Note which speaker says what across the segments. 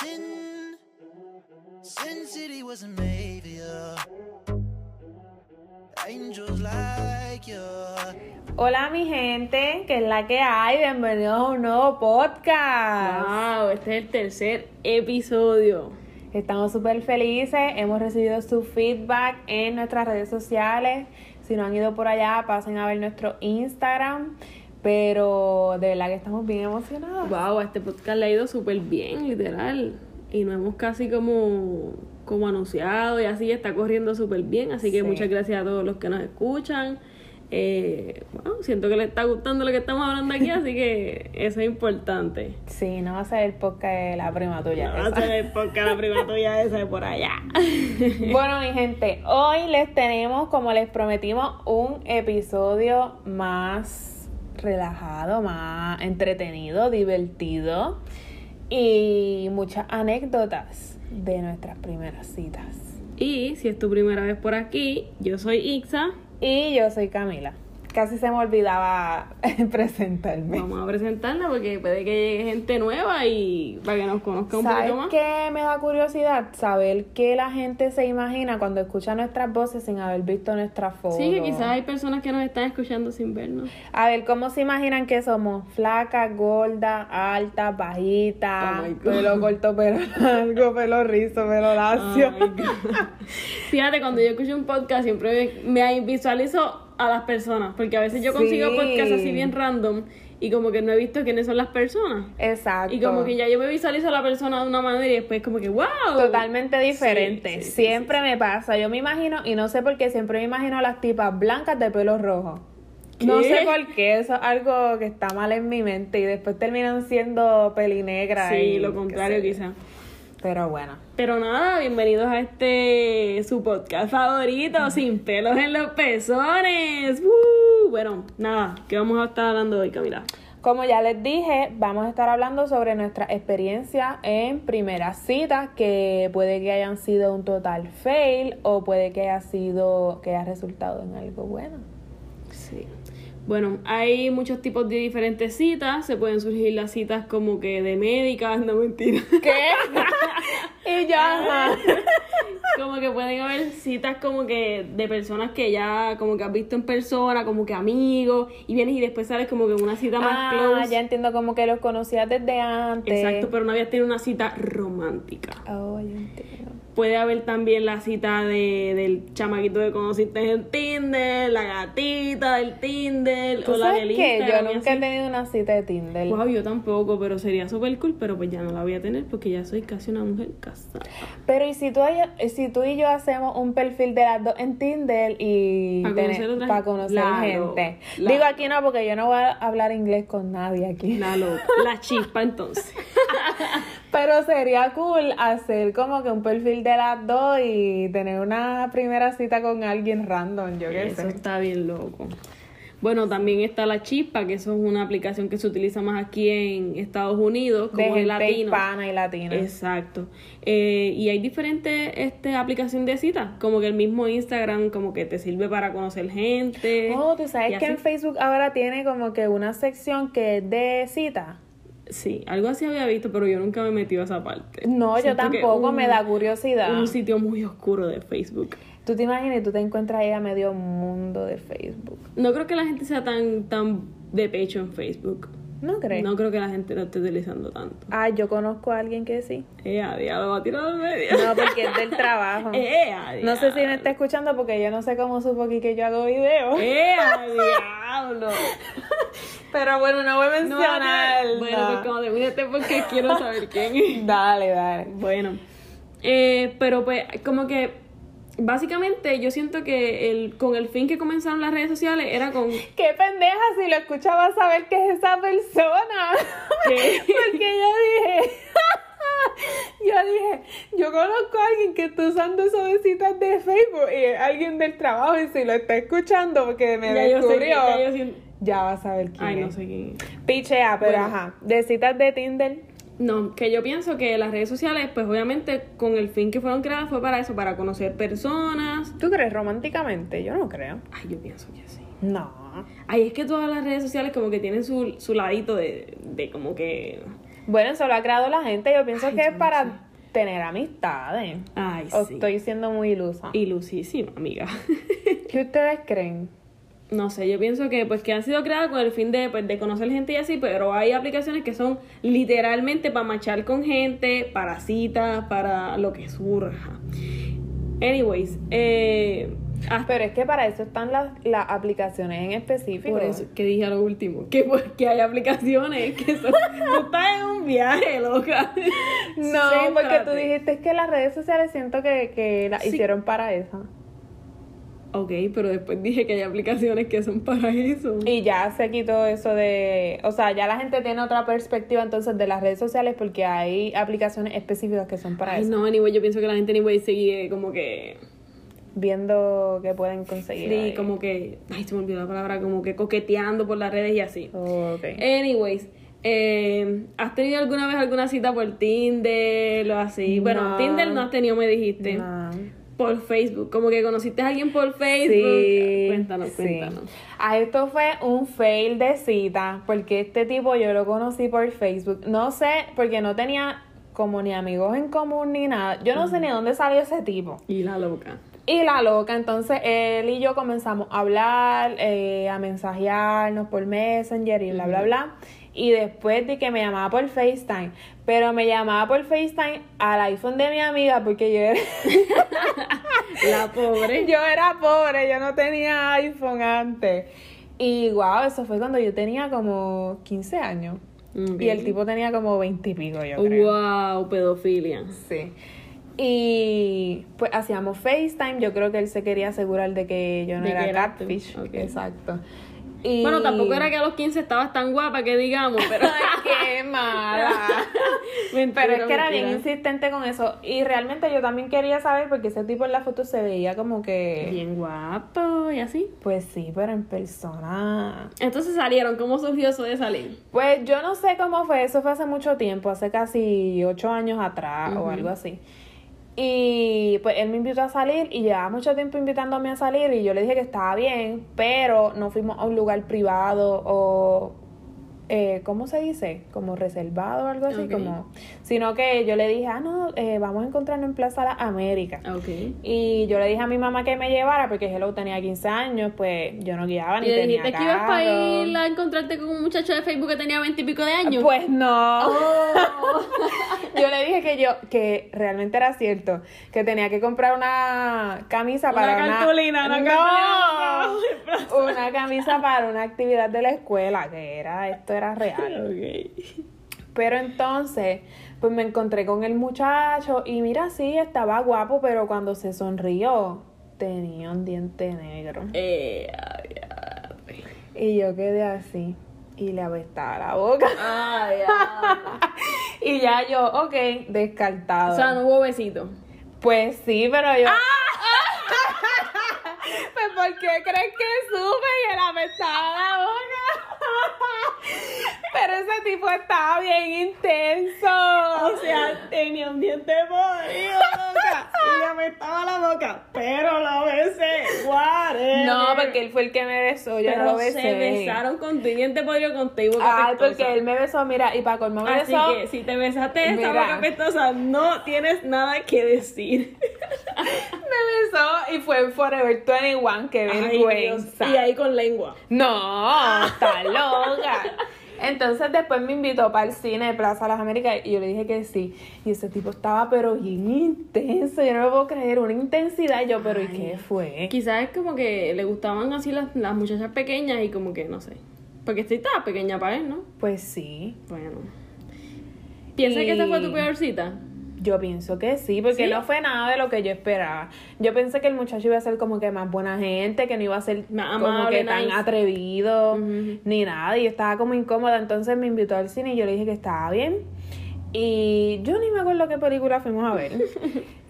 Speaker 1: Sin, Sin City was a maybe. yeah. Angels like you.
Speaker 2: Hola mi gente, que es la que hay, bienvenidos a un nuevo podcast.
Speaker 3: Wow, este es el tercer episodio.
Speaker 2: Estamos súper felices, hemos recibido su feedback en nuestras redes sociales. Si no han ido por allá, pasen a ver nuestro Instagram. Pero de verdad que estamos bien emocionados.
Speaker 3: Wow, a este podcast le ha ido súper bien, literal. Y no hemos casi como, como anunciado y así está corriendo súper bien. Así que
Speaker 2: Sí.
Speaker 3: muchas gracias a todos los que nos escuchan. Eh, wow, siento que les está gustando lo que estamos hablando aquí, así que eso es importante.
Speaker 2: Sí, no va a ser el podcast de la prima tuya.
Speaker 3: No va a
Speaker 2: esa.
Speaker 3: ser el podcast la prima tuya esa de por allá.
Speaker 2: Bueno, mi gente, hoy les tenemos, como les prometimos, un episodio más relajado, más entretenido, divertido y muchas anécdotas de nuestras primeras citas.
Speaker 3: Y si es tu primera vez por aquí, yo soy Ixa.
Speaker 2: Y yo soy Camila. Casi se me olvidaba presentarme.
Speaker 3: Vamos a presentarla porque puede que llegue gente nueva y para que nos conozca un
Speaker 2: ¿Sabes
Speaker 3: poquito más.
Speaker 2: qué me da curiosidad? Saber qué la gente se imagina cuando escucha nuestras voces sin haber visto nuestras fotos.
Speaker 3: Sí, que quizás hay personas que nos están escuchando sin vernos.
Speaker 2: A ver, ¿cómo se imaginan que somos? Flaca, gorda, alta, bajita,
Speaker 3: Oh my God.
Speaker 2: pelo corto, pelo largo, pelo rizo, pelo lacio.
Speaker 3: Ay, Oh God. Fíjate, cuando yo escucho un podcast siempre me, me visualizo a las personas, porque a veces yo consigo
Speaker 2: Sí.
Speaker 3: podcasts así bien random y como que no he visto quiénes son las personas.
Speaker 2: Exacto.
Speaker 3: Y como que ya yo me visualizo a la persona de una manera y después como que ¡wow!
Speaker 2: Totalmente diferente.
Speaker 3: Sí, sí, sí,
Speaker 2: siempre me pasa. Yo me imagino, y no sé por qué, siempre me imagino a las tipas blancas de pelo rojo. No
Speaker 3: ¿Qué?
Speaker 2: sé por qué, eso es algo que está mal en mi mente y después terminan siendo pelinegras.
Speaker 3: Sí,
Speaker 2: y
Speaker 3: lo
Speaker 2: qué
Speaker 3: contrario
Speaker 2: sé yo.
Speaker 3: quizás.
Speaker 2: Pero bueno.
Speaker 3: Pero nada, bienvenidos a este su podcast favorito, sin pelos en los pezones. ¡Woo! Bueno, nada, ¿qué vamos a estar hablando hoy, Camila?
Speaker 2: Como ya les dije, vamos a estar hablando sobre nuestra experiencia en primeras citas, que puede que hayan sido un total fail o puede que haya sido que haya resultado en algo bueno.
Speaker 3: Sí. Bueno, hay muchos tipos de diferentes citas. Se pueden surgir las citas como que de médicas, no mentira.
Speaker 2: ¿Qué? y ya.
Speaker 3: como que pueden haber citas como que de personas que ya como que has visto en persona, como que amigos, y vienes y después sales como que en una cita más
Speaker 2: Ah,
Speaker 3: close.
Speaker 2: ya entiendo como que los conocías desde antes.
Speaker 3: Exacto, pero no habías tenido una cita romántica.
Speaker 2: Oh, ya entiendo.
Speaker 3: Puede haber también la cita de, del chamaquito que conociste en Tinder, la gatita del Tinder,
Speaker 2: ¿Tú
Speaker 3: o la
Speaker 2: sabes
Speaker 3: del
Speaker 2: qué? Yo
Speaker 3: Instagram y
Speaker 2: nunca he
Speaker 3: así.
Speaker 2: tenido una cita de Tinder.
Speaker 3: Wow, yo tampoco, pero sería super cool, pero pues ya no la voy a tener porque ya soy casi una mujer casada.
Speaker 2: Pero y si tú, hay- si tú y yo hacemos un perfil de las dos en Tinder y
Speaker 3: Pa' conocer otras-
Speaker 2: para conocer
Speaker 3: Claro,
Speaker 2: gente.
Speaker 3: claro.
Speaker 2: Digo aquí no, porque yo no voy a hablar inglés con nadie aquí.
Speaker 3: La loca, la chispa entonces.
Speaker 2: Pero sería cool hacer como que un perfil de las dos y tener una primera cita con alguien random, yo qué
Speaker 3: Eso
Speaker 2: sé.
Speaker 3: está bien loco. Bueno, también está la chispa, que eso es una aplicación que se utiliza más aquí en Estados Unidos,
Speaker 2: De
Speaker 3: como
Speaker 2: gente
Speaker 3: es latino.
Speaker 2: hispana y latina.
Speaker 3: Exacto. Eh, y hay diferentes este, aplicaciones de citas, como que el mismo Instagram como que te sirve para conocer gente.
Speaker 2: Oh, tú
Speaker 3: y
Speaker 2: sabes que en
Speaker 3: así.
Speaker 2: Facebook ahora tiene como que una sección que es de cita.
Speaker 3: Sí, algo así había visto, pero yo nunca me he metido a esa parte.
Speaker 2: No, yo
Speaker 3: Siento que
Speaker 2: tampoco,
Speaker 3: un-
Speaker 2: me da curiosidad.
Speaker 3: Un sitio muy oscuro de Facebook.
Speaker 2: Tú te imaginas y tú te encuentras ahí a medio mundo de Facebook.
Speaker 3: No creo que la gente sea tan, tan de pecho en Facebook.
Speaker 2: ¿No crees?
Speaker 3: No creo que la gente lo esté utilizando tanto.
Speaker 2: Ah, yo conozco a alguien que sí.
Speaker 3: Eh, diablo, va a tirar al medio.
Speaker 2: No, porque es del trabajo.
Speaker 3: Eh,
Speaker 2: No sé si me está escuchando porque yo no sé cómo supo aquí que yo hago videos.
Speaker 3: Eh, diablo.
Speaker 2: Pero bueno, no voy a
Speaker 3: No va a
Speaker 2: mencionar.
Speaker 3: tirar- Bueno, pues como termine este porque quiero saber quién es.
Speaker 2: Dale, dale.
Speaker 3: Bueno, eh, pero pues como que básicamente yo siento que el, con el fin que comenzaron las redes sociales era con...
Speaker 2: Qué pendeja, si lo escuchaba saber que es esa persona.
Speaker 3: ¿Qué?
Speaker 2: Porque yo dije, yo dije, yo conozco a alguien que está usando eso de citas de Facebook y es alguien del trabajo y si lo está escuchando porque me
Speaker 3: ya yo sé que-
Speaker 2: descubrió,
Speaker 3: ya
Speaker 2: ya,
Speaker 3: yo siento-
Speaker 2: va a saber quién
Speaker 3: Ay, no
Speaker 2: es.
Speaker 3: sé quién es.
Speaker 2: Pichea, pero
Speaker 3: Bueno.
Speaker 2: ajá, de citas de Tinder.
Speaker 3: No, que yo pienso que las redes sociales, pues obviamente con el fin que fueron creadas fue para eso, para conocer personas.
Speaker 2: ¿Tú crees románticamente? Yo no creo.
Speaker 3: Ay, yo pienso que sí.
Speaker 2: No.
Speaker 3: Ay, es que todas las redes sociales como que tienen su, su ladito de, de como que...
Speaker 2: Bueno, eso lo ha creado la gente. Yo pienso
Speaker 3: Ay,
Speaker 2: que
Speaker 3: yo
Speaker 2: es
Speaker 3: no
Speaker 2: para
Speaker 3: sé.
Speaker 2: tener amistades.
Speaker 3: Ay,
Speaker 2: O
Speaker 3: sí.
Speaker 2: estoy siendo muy ilusa.
Speaker 3: Ilusísima, amiga.
Speaker 2: ¿Qué ustedes creen?
Speaker 3: no sé, yo pienso que pues que han sido creadas con el fin de, pues, de conocer gente y así, pero hay aplicaciones que son literalmente para machar con gente, para citas, para lo que surja. Anyways, eh, hasta
Speaker 2: Ah. Pero es que para eso están las, las aplicaciones en específico.
Speaker 3: por eso que dije a lo último, que pues que hay aplicaciones que son, tú estás en un viaje, loca.
Speaker 2: No, porque tú
Speaker 3: Céntrate.
Speaker 2: dijiste que las redes sociales siento que, que las
Speaker 3: Sí.
Speaker 2: hicieron para eso.
Speaker 3: Ok, pero después dije que hay aplicaciones que son para eso.
Speaker 2: Y ya se quitó eso de, o sea, ya la gente tiene otra perspectiva entonces de las redes sociales porque hay aplicaciones específicas que son para
Speaker 3: Ay,
Speaker 2: eso.
Speaker 3: no, anyway, yo pienso que la gente anyway sigue como que
Speaker 2: Viendo qué pueden conseguir.
Speaker 3: Sí,
Speaker 2: ahí.
Speaker 3: como que, ay, se me olvidó la palabra, como que coqueteando por las redes y así.
Speaker 2: Ok.
Speaker 3: Este, Anyways, eh, ¿has tenido alguna vez alguna cita por Tinder o así? Bueno,
Speaker 2: No.
Speaker 3: Tinder no has tenido, me dijiste.
Speaker 2: No.
Speaker 3: Por Facebook, como que conociste a alguien por Facebook.
Speaker 2: Sí,
Speaker 3: cuéntanos,
Speaker 2: sí.
Speaker 3: cuéntanos.
Speaker 2: Ah, esto fue un fail de cita, porque este tipo yo lo conocí por Facebook. No sé, porque no tenía como ni amigos en común ni nada. Yo no sé ni dónde salió ese tipo.
Speaker 3: Y la loca.
Speaker 2: Y la loca, entonces él y yo comenzamos a hablar, eh, a mensajearnos por Messenger y bla, bla, bla. Y después de que me llamaba por FaceTime, pero me llamaba por FaceTime al iPhone de mi amiga porque yo era,
Speaker 3: La pobre.
Speaker 2: yo era pobre, yo no tenía iPhone antes. Y wow, eso fue cuando yo tenía como 15 años.
Speaker 3: Ok.
Speaker 2: Y el tipo tenía como 20 y pico, yo creo.
Speaker 3: Wow, pedofilia.
Speaker 2: Sí. Y pues hacíamos FaceTime. Yo creo que él se quería asegurar de que yo no
Speaker 3: De que
Speaker 2: era
Speaker 3: eras tú.
Speaker 2: catfish.
Speaker 3: Ok.
Speaker 2: Exacto. Y-
Speaker 3: Bueno, tampoco era que a los 15 estabas tan guapa que digamos, pero.
Speaker 2: Ay, qué mala. Pero es que era bien insistente con eso. Y realmente yo también quería saber porque ese tipo en la foto se veía como que.
Speaker 3: Bien guapo y así.
Speaker 2: Pues sí, pero en persona.
Speaker 3: Entonces salieron, ¿cómo surgió eso de salir?
Speaker 2: Pues yo no sé cómo fue, eso fue hace mucho tiempo, hace casi ocho años atrás o algo así. Y pues él me invitó a salir y llevaba mucho tiempo invitándome a salir y yo le dije que estaba bien, pero no fuimos a un lugar privado o, eh, ¿cómo se dice? Como reservado o algo así,
Speaker 3: Ok.
Speaker 2: como, sino que yo le dije, ah, no, eh, vamos a encontrarnos en Plaza Las Américas.
Speaker 3: Ok. Y
Speaker 2: Y yo le dije a mi mamá que me llevara porque Hello tenía 15 años, pues yo no guiaba ni
Speaker 3: le
Speaker 2: tenía
Speaker 3: dijiste que ibas para
Speaker 2: carro.
Speaker 3: ir a encontrarte con un muchacho de Facebook que tenía veintipico de años.
Speaker 2: Pues no. Oh. yo le dije que yo, que realmente era cierto, que tenía que comprar una camisa
Speaker 3: Una
Speaker 2: para
Speaker 3: cartulina, una
Speaker 2: una
Speaker 3: cartulina,
Speaker 2: No. una camisa para una actividad de la escuela, que era, esto era real.
Speaker 3: Ok.
Speaker 2: Pero entonces, pues me encontré con el muchacho y mira, sí, estaba guapo, pero cuando se sonrió, tenía un diente negro.
Speaker 3: Eh, ay, ay.
Speaker 2: Y yo quedé así y le apestaba la boca.
Speaker 3: Ay, ay.
Speaker 2: Y ya yo, ok, descartado.
Speaker 3: O sea, no hubo besito.
Speaker 2: Pues sí, pero yo. pues ¿por qué crees que supe y él apestaba la boca? pero ese tipo estaba bien intenso.
Speaker 3: sea, tenía un diente podrido, loca. Y le apestaba la boca. Pero la besé. Guare.
Speaker 2: no, porque él fue el que me besó, yo
Speaker 3: Pero
Speaker 2: no lo besé.
Speaker 3: se besaron con tu diente podrido contigo.
Speaker 2: Ay, porque él me besó, mira, y para colmo me
Speaker 3: Así
Speaker 2: besó.
Speaker 3: que si te besaste esa
Speaker 2: Mira.
Speaker 3: boca pestosa, no tienes nada que decir.
Speaker 2: Me besó y fue en Forever 21, qué
Speaker 3: Ay,
Speaker 2: vergüenza.
Speaker 3: Dios. Y ahí con lengua.
Speaker 2: No, está loca. Entonces después me invitó para el cine de Plaza Las Américas y yo le dije que sí. Y ese tipo estaba pero bien intenso, yo no lo puedo creer, una intensidad. Y yo, pero ¿y qué fue?
Speaker 3: Quizás es como que le gustaban así las, las muchachas pequeñas y como que no sé. Porque estoy estaba pequeña para él, ¿no?
Speaker 2: Pues sí,
Speaker 3: Bueno. ¿Piensas que esa fue tu peor cita?
Speaker 2: yo pienso que sí, porque
Speaker 3: ¿Sí?
Speaker 2: no fue nada de lo que yo esperaba. Yo pensé que el muchacho iba a ser como que más buena gente, que no iba a ser
Speaker 3: Más
Speaker 2: como
Speaker 3: amable,
Speaker 2: que tan
Speaker 3: nice.
Speaker 2: atrevido,
Speaker 3: Ujú.
Speaker 2: ni nada. Y yo estaba como incómoda, entonces me invitó al cine y yo le dije que estaba bien. Y yo ni me acuerdo qué película fuimos a ver.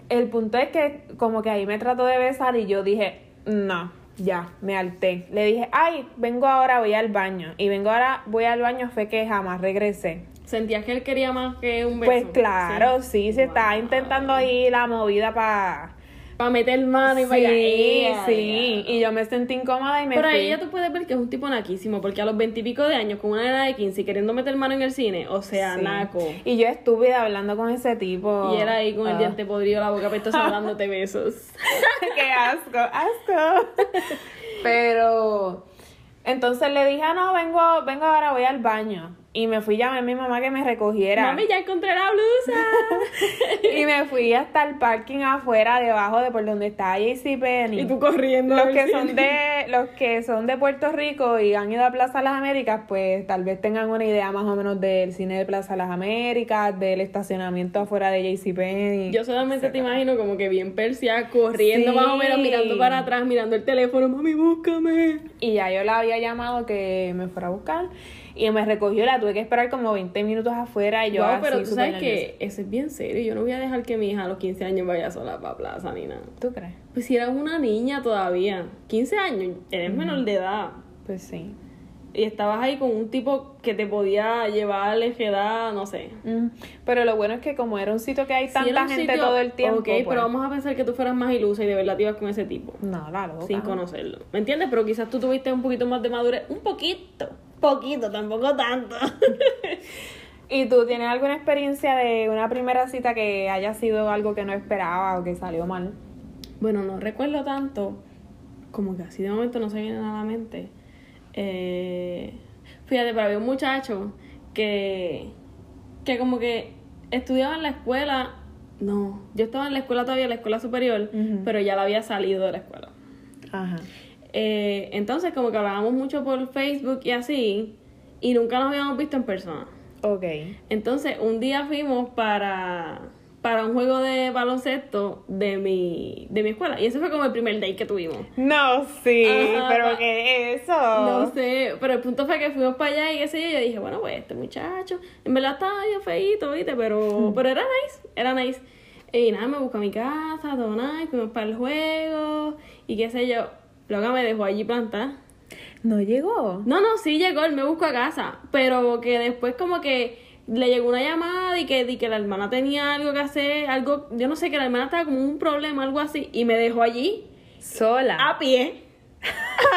Speaker 2: El punto es que como que ahí me trató de besar y yo dije, no, ya, me harté. Le dije, ay, vengo ahora, voy al baño. Y vengo ahora, voy al baño, fue que jamás regresé.
Speaker 3: ¿Sentías que él quería más que un beso?
Speaker 2: Pues claro, sí, se
Speaker 3: Wow.
Speaker 2: estaba intentando ir la movida para
Speaker 3: para meter mano y para
Speaker 2: Sí,
Speaker 3: allá.
Speaker 2: sí. Y yo me sentí incómoda y me
Speaker 3: Pero
Speaker 2: fui.
Speaker 3: ahí ya tú puedes ver que es un tipo naquísimo, porque a los veintipico de años, con una edad de 15 y queriendo meter mano en el cine, o sea,
Speaker 2: Sí.
Speaker 3: naco.
Speaker 2: Y yo estuve hablando con ese tipo.
Speaker 3: Y era ahí con el
Speaker 2: Ah.
Speaker 3: diente podrido, la boca pestosa dándote besos.
Speaker 2: Qué asco, asco. Pero entonces le dije, "Ah, no, vengo, vengo ahora, voy al baño. Y me fui a llamar a mi mamá que me recogiera.
Speaker 3: Mami, ya encontré la blusa.
Speaker 2: Y me fui hasta el parking afuera, debajo de por donde está JCPenney.
Speaker 3: y tú corriendo.
Speaker 2: Los
Speaker 3: al
Speaker 2: que
Speaker 3: cine.
Speaker 2: son de, los que son de Puerto Rico y han ido a Plaza Las Américas, pues tal vez tengan una idea más o menos del cine de Plaza Las Américas, del estacionamiento afuera de JCPenney.
Speaker 3: Yo solamente te imagino como que bien Persia, corriendo
Speaker 2: Sí.
Speaker 3: más o menos, mirando para atrás, mirando el teléfono, mami, búscame.
Speaker 2: Y ya yo la había llamado que me fuera a buscar y me recogió, la tuve que esperar como 20 minutos afuera y yo
Speaker 3: Guau,
Speaker 2: así,
Speaker 3: pero tú
Speaker 2: súper
Speaker 3: sabes
Speaker 2: nerviosa.
Speaker 3: que eso es bien serio. Yo no voy a dejar que mi hija a los 15 años vaya sola para plaza ni nada.
Speaker 2: ¿Tú crees?
Speaker 3: Pues si eras una niña todavía, 15 años, eres menor de edad.
Speaker 2: Pues sí.
Speaker 3: Y estabas ahí con un tipo que te podía llevar a la edad, no sé.
Speaker 2: Mm, Pero lo bueno es que como era un sitio que hay
Speaker 3: Si era
Speaker 2: tanta
Speaker 3: un
Speaker 2: gente
Speaker 3: sitio-
Speaker 2: todo el tiempo.
Speaker 3: Ok,
Speaker 2: pues,
Speaker 3: pero vamos a pensar que tú fueras más ilusa y de verdad te ibas con ese tipo.
Speaker 2: No, la loca.
Speaker 3: Sin conocerlo. ¿Me entiendes? Pero quizás tú tuviste un poquito más de madurez. Un poquito. Poquito, tampoco tanto.
Speaker 2: ¿Y tú tienes alguna experiencia de una primera cita que haya sido algo que no esperaba o que salió mal?
Speaker 3: bueno, no recuerdo tanto. Como que así de momento no se viene nada a la mente. Eh, fíjate, pero había un muchacho que, que como que estudiaba en la escuela. No, yo estaba en la escuela todavía, en la escuela superior,
Speaker 2: Ujú.
Speaker 3: pero ya la había salido de la escuela.
Speaker 2: Ajá.
Speaker 3: Eh, entonces, como que hablábamos mucho por Facebook y así, y nunca nos habíamos visto en persona.
Speaker 2: Ok.
Speaker 3: Entonces, un día fuimos para, para un juego de baloncesto de mi, de mi escuela. Y ese fue como el primer date que tuvimos.
Speaker 2: No, sí,
Speaker 3: Ajá.
Speaker 2: pero que eso.
Speaker 3: No sé, pero el punto fue que fuimos para allá y qué sé yo. Yo dije, bueno, pues este muchacho, en verdad estaba medio feíto, ¿viste? Pero, pero era nice, era nice. Y nada, me buscó a mi casa, todo nice, fuimos para el juego y qué sé yo. Luego me dejó allí plantada.
Speaker 2: No llegó.
Speaker 3: No, no, sí llegó, él me buscó a casa, pero que después como que le llegó una llamada y que, y que la hermana tenía algo que hacer, algo, yo no sé, que la hermana estaba como en un problema, algo así, y me dejó allí
Speaker 2: Sola.
Speaker 3: a pie.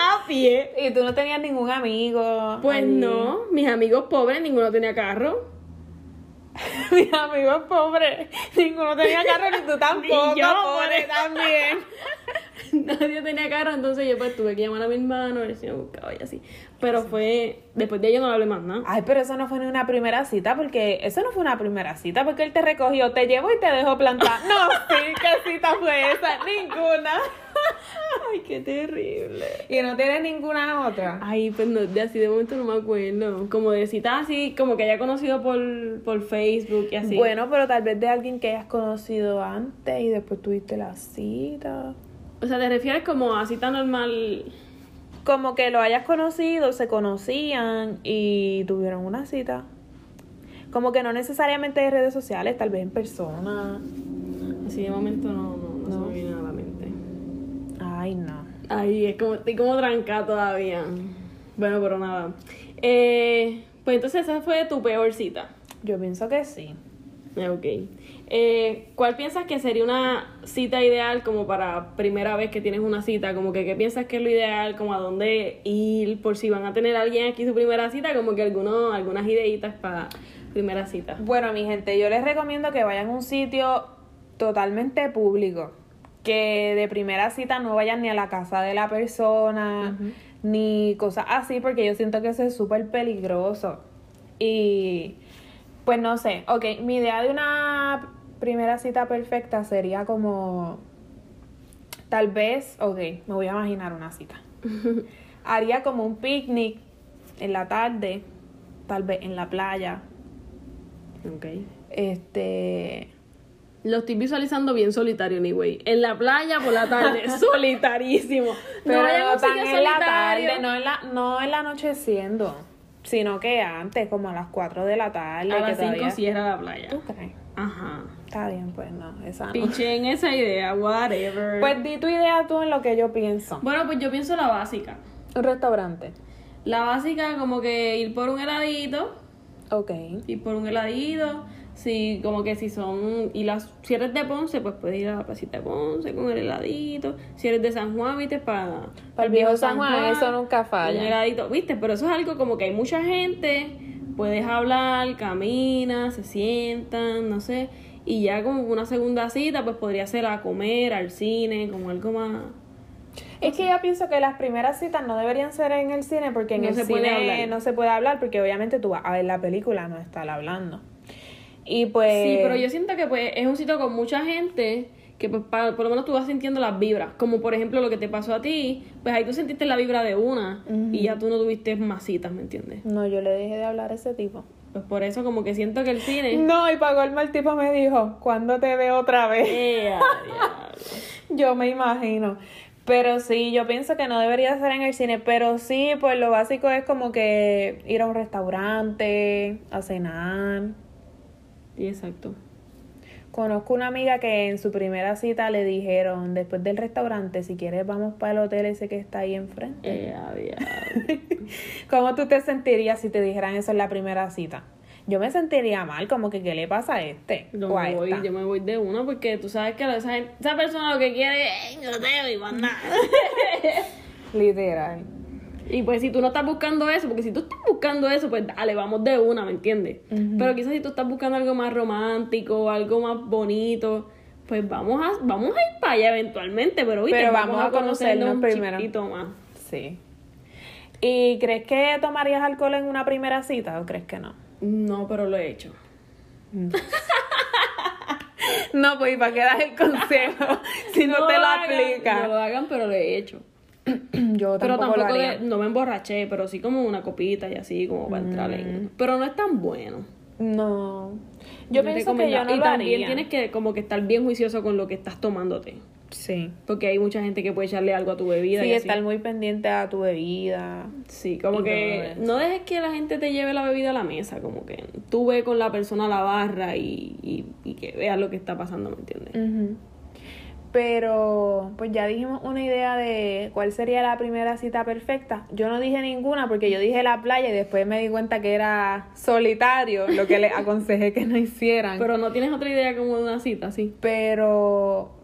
Speaker 3: a pie.
Speaker 2: Ah, Y tú no tenías ningún amigo.
Speaker 3: Pues
Speaker 2: allí?
Speaker 3: no, mis amigos pobres, ninguno tenía carro.
Speaker 2: Mis amigos pobres. Ninguno tenía carro ni tú tampoco.
Speaker 3: Ni yo,
Speaker 2: pobre
Speaker 3: pobre.
Speaker 2: también.
Speaker 3: Nadie tenía carro, entonces yo pues tuve que llamar a mi hermano, él se me buscaba y así. Pero fue, después de ello no le hablé más nada.
Speaker 2: Ay, pero eso no fue ni una primera cita, porque eso no fue una primera cita, porque él te recogió, te llevó y te dejó plantar. No, sí, ¿qué cita fue esa? Ninguna.
Speaker 3: Ay, qué terrible.
Speaker 2: Y no tienes ninguna otra.
Speaker 3: Ay, pues no, de así de momento no me acuerdo. Como de citas así, como que haya conocido por, por Facebook y así.
Speaker 2: Bueno, pero tal vez de alguien que hayas conocido antes y después tuviste la cita.
Speaker 3: O sea, te refieres como a cita normal.
Speaker 2: Como que lo hayas conocido, se conocían y tuvieron una cita. Como que no necesariamente de redes sociales, tal vez en persona.
Speaker 3: Así de momento no, no, no, se
Speaker 2: No.
Speaker 3: me viene a la mente.
Speaker 2: Ay, no.
Speaker 3: Ay, es como, estoy como trancada todavía. Bueno, pero nada. Eh, pues entonces esa fue tu peor cita.
Speaker 2: Yo pienso que sí.
Speaker 3: Eh, Ok. Eh, ¿Cuál piensas que sería una cita ideal como para primera vez que tienes una cita? Como que qué piensas que es lo ideal, como a dónde ir, por si van a tener a alguien aquí su primera cita, como que alguno, algunas ideitas para primera cita.
Speaker 2: Bueno, mi gente, yo les recomiendo que vayan a un sitio totalmente público. Que de primera cita no vayan ni a la casa de la persona, ni cosas así, porque yo siento que eso es súper peligroso. Y pues no sé, ok, mi idea de una primera cita perfecta sería como, tal vez, ok, me voy a imaginar una cita. Haría como un picnic en la tarde, tal vez en la playa,
Speaker 3: Ok.
Speaker 2: este.
Speaker 3: Lo estoy visualizando bien solitario, anyway. En la playa por la tarde, solitarísimo.
Speaker 2: Pero
Speaker 3: vayan a
Speaker 2: no,
Speaker 3: un
Speaker 2: tan
Speaker 3: sitio
Speaker 2: en la
Speaker 3: solitario.
Speaker 2: tarde, no en la, no en la anocheciendo, sino que antes, como a las 4 de la tarde.
Speaker 3: A
Speaker 2: que
Speaker 3: las 5
Speaker 2: todavía-
Speaker 3: cierra la playa.
Speaker 2: ¿Tú crees?
Speaker 3: Ajá.
Speaker 2: Está bien, pues no, esa no.
Speaker 3: Piché en esa idea, whatever.
Speaker 2: Pues di tu idea tú en lo que yo pienso.
Speaker 3: bueno, pues yo pienso la básica.
Speaker 2: Un restaurante.
Speaker 3: La básica, como que ir por un heladito,
Speaker 2: Ok.
Speaker 3: ir por un heladito, si como que si son y las si eres de Ponce pues puedes ir a la placita de Ponce con el heladito si eres de San Juan viste para
Speaker 2: Para el viejo San Juan, eso nunca falla.
Speaker 3: un heladito viste pero eso es algo como que hay mucha gente puedes hablar caminas se sientan no sé y ya como una segunda cita pues podría ser a comer al cine como algo más
Speaker 2: Es que yo pienso que las primeras citas no deberían ser en el cine porque en
Speaker 3: No
Speaker 2: el
Speaker 3: se
Speaker 2: cine
Speaker 3: puede hablar.
Speaker 2: no se puede hablar porque obviamente tú vas a ver la película, no estar hablando. Y pues...
Speaker 3: Sí, pero yo siento que pues es un sitio con mucha gente que pues pa- por lo menos tú vas sintiendo las vibras, como por ejemplo lo que te pasó a ti, pues ahí tú sentiste la vibra de una y ya tú no tuviste más citas, ¿me entiendes?
Speaker 2: No, yo le dejé de hablar a ese tipo.
Speaker 3: Pues por eso como que siento que el cine...
Speaker 2: No, y para colmo el tipo me dijo, ¿cuándo te veo otra vez?
Speaker 3: Eh, a diablo.
Speaker 2: Yo me imagino. Pero sí, yo pienso que no debería ser en el cine, pero sí, pues lo básico es como que ir a un restaurante, a cenar.
Speaker 3: Sí, exacto.
Speaker 2: Conozco una amiga que en su primera cita le dijeron, después del restaurante, si quieres vamos para el hotel ese que está ahí enfrente.
Speaker 3: Eh, a diablo.
Speaker 2: ¿Cómo tú te sentirías si te dijeran eso en la primera cita? Yo me sentiría mal, como que ¿qué le pasa a este?
Speaker 3: Yo
Speaker 2: o a
Speaker 3: me voy,
Speaker 2: esta?
Speaker 3: yo me voy de una porque tú sabes que esa, gente- esa persona lo que quiere es "Ay, yo te veo y más nada.
Speaker 2: Literal.
Speaker 3: Y pues si tú no estás buscando eso, porque si tú estás buscando eso, pues dale, vamos de una, ¿me entiendes? Pero quizás si tú estás buscando algo más romántico, algo más bonito, pues vamos a, vamos a ir para allá eventualmente, pero, ¿viste?
Speaker 2: Pero vamos a conocernos
Speaker 3: un
Speaker 2: primero.
Speaker 3: chiquito más.
Speaker 2: Sí. ¿Y crees que tomarías alcohol en una primera cita o crees que no?
Speaker 3: No, pero lo he hecho.
Speaker 2: No, pues para qué das el consejo si no, te lo
Speaker 3: hagan, No
Speaker 2: aplicas.
Speaker 3: lo hagan, pero lo he hecho.
Speaker 2: Yo
Speaker 3: Pero
Speaker 2: tampoco,
Speaker 3: tampoco
Speaker 2: lo
Speaker 3: de-
Speaker 2: haría.
Speaker 3: no me emborraché, pero sí como una copita y así, como para entrar en... Pero no es tan bueno.
Speaker 2: No. Mm. Yo
Speaker 3: te
Speaker 2: pienso que yo
Speaker 3: recomienda-
Speaker 2: no
Speaker 3: Y
Speaker 2: lo
Speaker 3: también
Speaker 2: haría.
Speaker 3: tienes que como que estar bien juicioso con lo que estás tomándote.
Speaker 2: Sí.
Speaker 3: Porque hay mucha gente que puede echarle algo a tu bebida.
Speaker 2: Sí,
Speaker 3: y así.
Speaker 2: estar muy pendiente a tu bebida.
Speaker 3: Sí, como
Speaker 2: y todo
Speaker 3: que
Speaker 2: eso.
Speaker 3: no dejes que la gente te lleve la bebida a la mesa, como que tú ve con la persona a la barra y, y, y que veas lo que está pasando, ¿me entiendes?
Speaker 2: Ujú. Pero, pues ya dijimos una idea de cuál sería la primera cita perfecta. Yo no dije ninguna porque yo dije la playa y después me di cuenta que era solitario, lo que les aconsejé que no hicieran. Pero,
Speaker 3: Pero no tienes otra idea como de una cita, sí.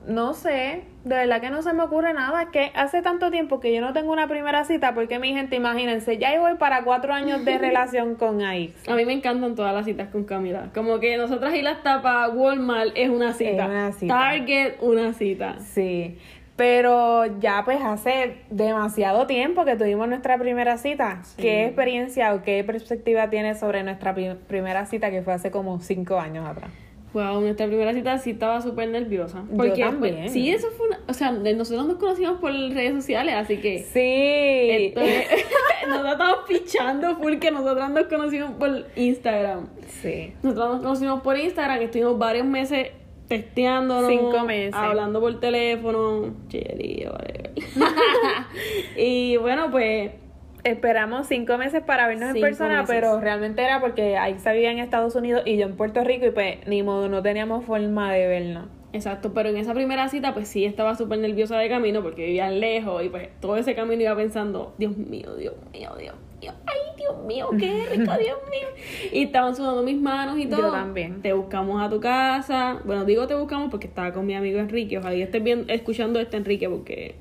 Speaker 2: no sé, de verdad que no se me ocurre nada. Es que hace tanto tiempo que yo no tengo una primera cita porque mi gente, imagínense, ya yo voy para cuatro años de relación con Aix.
Speaker 3: A mí me encantan todas las citas con Camila. Como que nosotras ir hasta para Walmart es una cita.
Speaker 2: Es una cita.
Speaker 3: Target, una cita.
Speaker 2: Sí, pero ya pues hace demasiado tiempo que tuvimos nuestra primera cita. ¿Qué experiencia o qué perspectiva tienes sobre nuestra pri- primera cita que fue hace como cinco años atrás?
Speaker 3: Wow, nuestra primera cita sí estaba súper nerviosa.
Speaker 2: Yo
Speaker 3: Porque
Speaker 2: también.
Speaker 3: sí, eso fue una... O sea, nosotros nos conocimos por redes sociales, así que...
Speaker 2: Sí,
Speaker 3: Entonces, nosotros estamos pichando full que nosotras nos conocimos por Instagram.
Speaker 2: sí.
Speaker 3: Nosotros nos conocimos por Instagram, estuvimos varios meses testeándonos.
Speaker 2: Cinco meses.
Speaker 3: Hablando por teléfono. Chillería, whatever. y bueno, pues.
Speaker 2: Esperamos cinco meses para vernos en
Speaker 3: Cinco
Speaker 2: persona,
Speaker 3: meses.
Speaker 2: pero realmente era porque ahí se vivía en Estados Unidos y yo en Puerto Rico y pues ni modo, no teníamos forma de vernos.
Speaker 3: Exacto, pero en esa primera cita, pues sí estaba súper nerviosa de camino porque vivían lejos y pues todo ese camino iba pensando, Dios mío, Dios mío, Dios mío, ay, Dios mío, qué rico, Dios mío. Y estaban sudando mis manos y
Speaker 2: Yo
Speaker 3: todo.
Speaker 2: también.
Speaker 3: Te buscamos a tu casa. Bueno, digo te buscamos porque estaba con mi amigo Enrique. Ojalá y estés bien, escuchando esto, Enrique, porque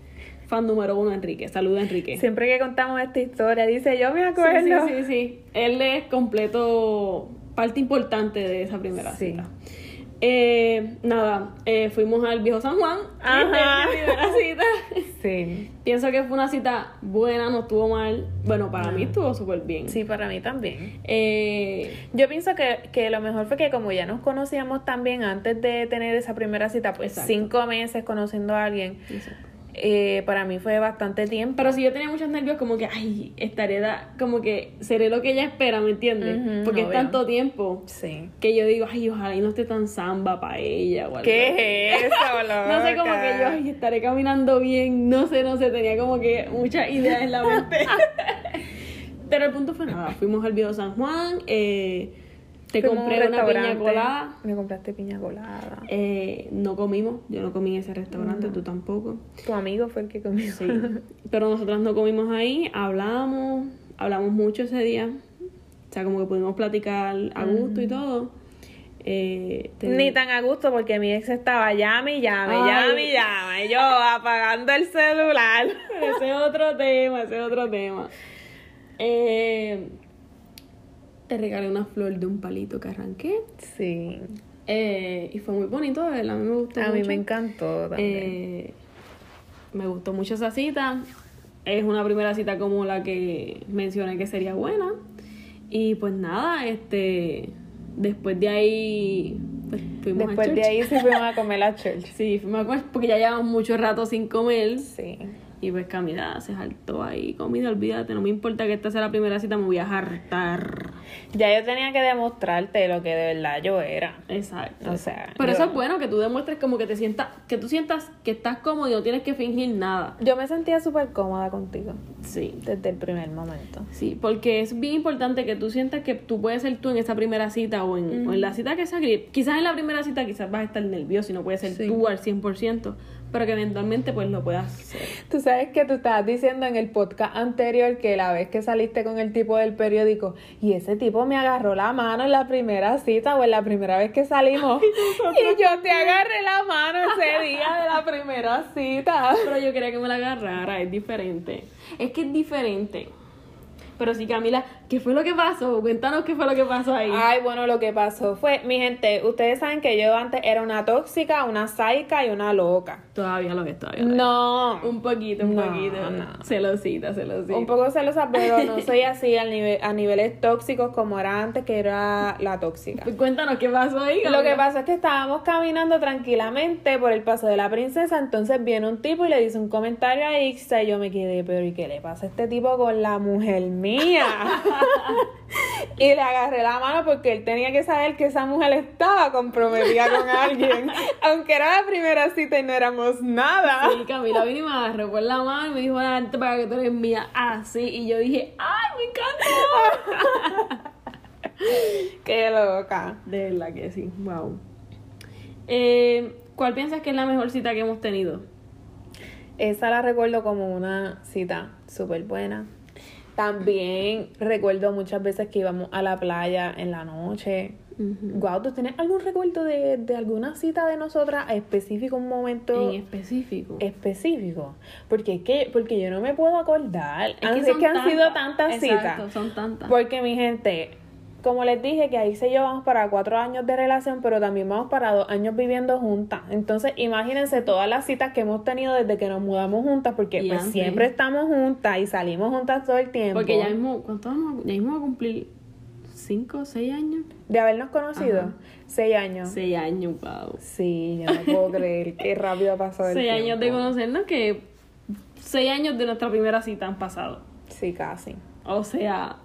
Speaker 3: fan número uno, Enrique. Saluda, Enrique.
Speaker 2: Siempre que contamos esta historia, dice yo me acuerdo.
Speaker 3: Sí, sí, sí, sí. Él es completo, parte importante de esa primera
Speaker 2: Sí.
Speaker 3: cita. Eh, nada, eh, fuimos al viejo San Juan.
Speaker 2: Ajá.
Speaker 3: Esta es la primera cita.
Speaker 2: Sí.
Speaker 3: Pienso que fue una cita buena, no estuvo mal. Bueno, para mí estuvo súper bien.
Speaker 2: Ah. Sí, para mí también.
Speaker 3: Eh,
Speaker 2: Yo pienso que, que lo mejor fue que como ya nos conocíamos también antes de tener esa primera cita, pues
Speaker 3: Exacto.
Speaker 2: cinco meses conociendo a alguien, eh, para mí fue bastante tiempo.
Speaker 3: pero si yo tenía muchos nervios, como que, ay, estaré, da- como que seré lo que ella espera, ¿me entiendes?
Speaker 2: Ujú,
Speaker 3: Porque es
Speaker 2: obvio.
Speaker 3: tanto tiempo
Speaker 2: Sí.
Speaker 3: que yo digo, ay, ojalá y no esté tan samba para ella. o algo así.
Speaker 2: ¿Qué es eso,
Speaker 3: No sé, como que yo
Speaker 2: loca?
Speaker 3: ay, estaré caminando bien, no sé, no sé, tenía como que muchas ideas en la mente. Pero el punto fue nada, fuimos al Viejo San Juan, eh, te
Speaker 2: Fuimos a un
Speaker 3: compré una piña
Speaker 2: restaurante,
Speaker 3: colada,
Speaker 2: Me compraste piña colada.
Speaker 3: eh, no comimos, yo no comí en ese restaurante, tú tampoco.
Speaker 2: Tu amigo fue el que comió.
Speaker 3: Sí. Pero nosotras no comimos ahí, hablamos, hablamos mucho ese día, o sea, como que pudimos platicar a gusto y todo. eh, te-
Speaker 2: Ni tan a gusto porque mi ex estaba llame, y llame,
Speaker 3: Ay.
Speaker 2: llame, y llame. y Yo Oh, ah, apagando el celular.
Speaker 3: Ese es otro tema, ese es otro tema. Eh, te regalé una flor de un palito que arranqué.
Speaker 2: Sí.
Speaker 3: eh, y fue muy bonito, de verdad, a mí me gustó
Speaker 2: A mí
Speaker 3: mucho.
Speaker 2: me encantó también.
Speaker 3: Eh, me gustó mucho esa cita. Es una primera cita como la que mencioné que sería buena. Y pues nada, este después de ahí pues, fuimos a
Speaker 2: Después de
Speaker 3: church.
Speaker 2: ahí se fuimos a comer la church.
Speaker 3: Sí, fuimos a comer porque ya llevamos mucho rato sin comer.
Speaker 2: Sí.
Speaker 3: Y pues Camila se saltó ahí comida, olvídate, no me importa que esta sea la primera cita, me voy a hartar.
Speaker 2: Ya yo tenía que demostrarte lo que de verdad yo era.
Speaker 3: Exacto.
Speaker 2: O sea,
Speaker 3: Pero
Speaker 2: yo-
Speaker 3: eso es bueno, que tú demuestres como que te sientas, que tú sientas que estás cómodo y no tienes que fingir nada.
Speaker 2: Yo me sentía súper cómoda contigo
Speaker 3: Sí.
Speaker 2: desde el primer momento.
Speaker 3: Sí, porque es bien importante que tú sientas que tú puedes ser tú en esa primera cita o en, o en la cita que sea. que- Quizás en la primera cita quizás vas a estar nervioso y no puedes ser
Speaker 2: Sí.
Speaker 3: tú al 100%, pero que eventualmente pues lo puedas hacer.
Speaker 2: Tú sabes que tú estabas diciendo en el podcast anterior que la vez que saliste con el tipo del periódico y ese tipo me agarró la mano en la primera cita o en la primera vez que salimos y yo te agarré la mano ese día de la primera cita.
Speaker 3: Pero yo quería que me la agarrara, es diferente. Es que es diferente. Pero sí, Camila, ¿qué fue lo que pasó? Cuéntanos qué fue lo que pasó ahí.
Speaker 2: Ay, bueno, lo que pasó fue, mi gente, ustedes saben que yo antes era una tóxica, una sádica y una loca.
Speaker 3: Todavía lo ves, todavía lo ves.
Speaker 2: No.
Speaker 3: Un poquito, un
Speaker 2: No,
Speaker 3: poquito.
Speaker 2: no.
Speaker 3: Celosita, celosita.
Speaker 2: Un poco celosa, pero no soy así a, nive- a niveles tóxicos como era antes, que era la tóxica.
Speaker 3: Pues Cuéntanos qué pasó ahí.
Speaker 2: Lo que
Speaker 3: Camila.
Speaker 2: pasa es que estábamos caminando tranquilamente por el paso de la princesa, entonces viene un tipo y le dice un comentario a Ixa y yo me quedé, pero ¿y qué le pasa a este tipo con la mujer mía? y le agarré la mano porque él tenía que saber que esa mujer estaba comprometida con alguien, aunque era la primera cita y no éramos nada.
Speaker 3: Y Camila vino y me agarró por la mano y me dijo, date para que tú eres mía. Así. y yo dije, ¡ay, me encanta!
Speaker 2: Qué loca.
Speaker 3: De verdad que sí, wow. Eh, ¿Cuál piensas que es la mejor cita que hemos tenido?
Speaker 2: Esa la recuerdo como una cita súper buena. También recuerdo muchas veces que íbamos a la playa en la noche. Guau, ¿tú tienes algún recuerdo de, de alguna cita de nosotras específico, un momento
Speaker 3: En específico.
Speaker 2: específico? Porque es que, porque yo no me puedo acordar. Ah, Es que,
Speaker 3: son
Speaker 2: que han sido
Speaker 3: tantas.
Speaker 2: tantas
Speaker 3: Exacto,
Speaker 2: citas.
Speaker 3: son tantas.
Speaker 2: Porque mi gente, como les dije, que ahí se llevamos para cuatro años de relación, pero también vamos para dos años viviendo juntas. Entonces, imagínense todas las citas que hemos tenido desde que nos mudamos juntas, porque
Speaker 3: Y
Speaker 2: pues
Speaker 3: antes.
Speaker 2: siempre estamos juntas y salimos juntas todo el tiempo.
Speaker 3: Porque ya mismo, ¿cuánto vamos? a- Ya mismo va a cumplir 5 o 6 años.
Speaker 2: De habernos conocido,
Speaker 3: Ajá.
Speaker 2: seis años. Sí.
Speaker 3: 6 años, wow.
Speaker 2: yo no puedo creer qué rápido ha pasado el
Speaker 3: 6 años de
Speaker 2: tiempo.
Speaker 3: conocernos que 6 años de nuestra primera cita han pasado.
Speaker 2: Sí, casi.
Speaker 3: O sea,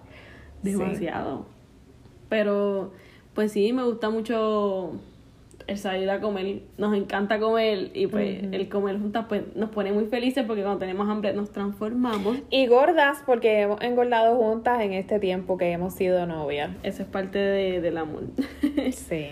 Speaker 2: Sí.
Speaker 3: demasiado. Pero, pues sí, me gusta mucho el salir a comer. Nos encanta comer y pues el comer juntas pues nos pone muy felices porque cuando tenemos hambre nos transformamos.
Speaker 2: Y gordas, porque hemos engordado juntas en este tiempo que hemos sido novias.
Speaker 3: Eso es parte de- del amor. Eh.
Speaker 2: Sí.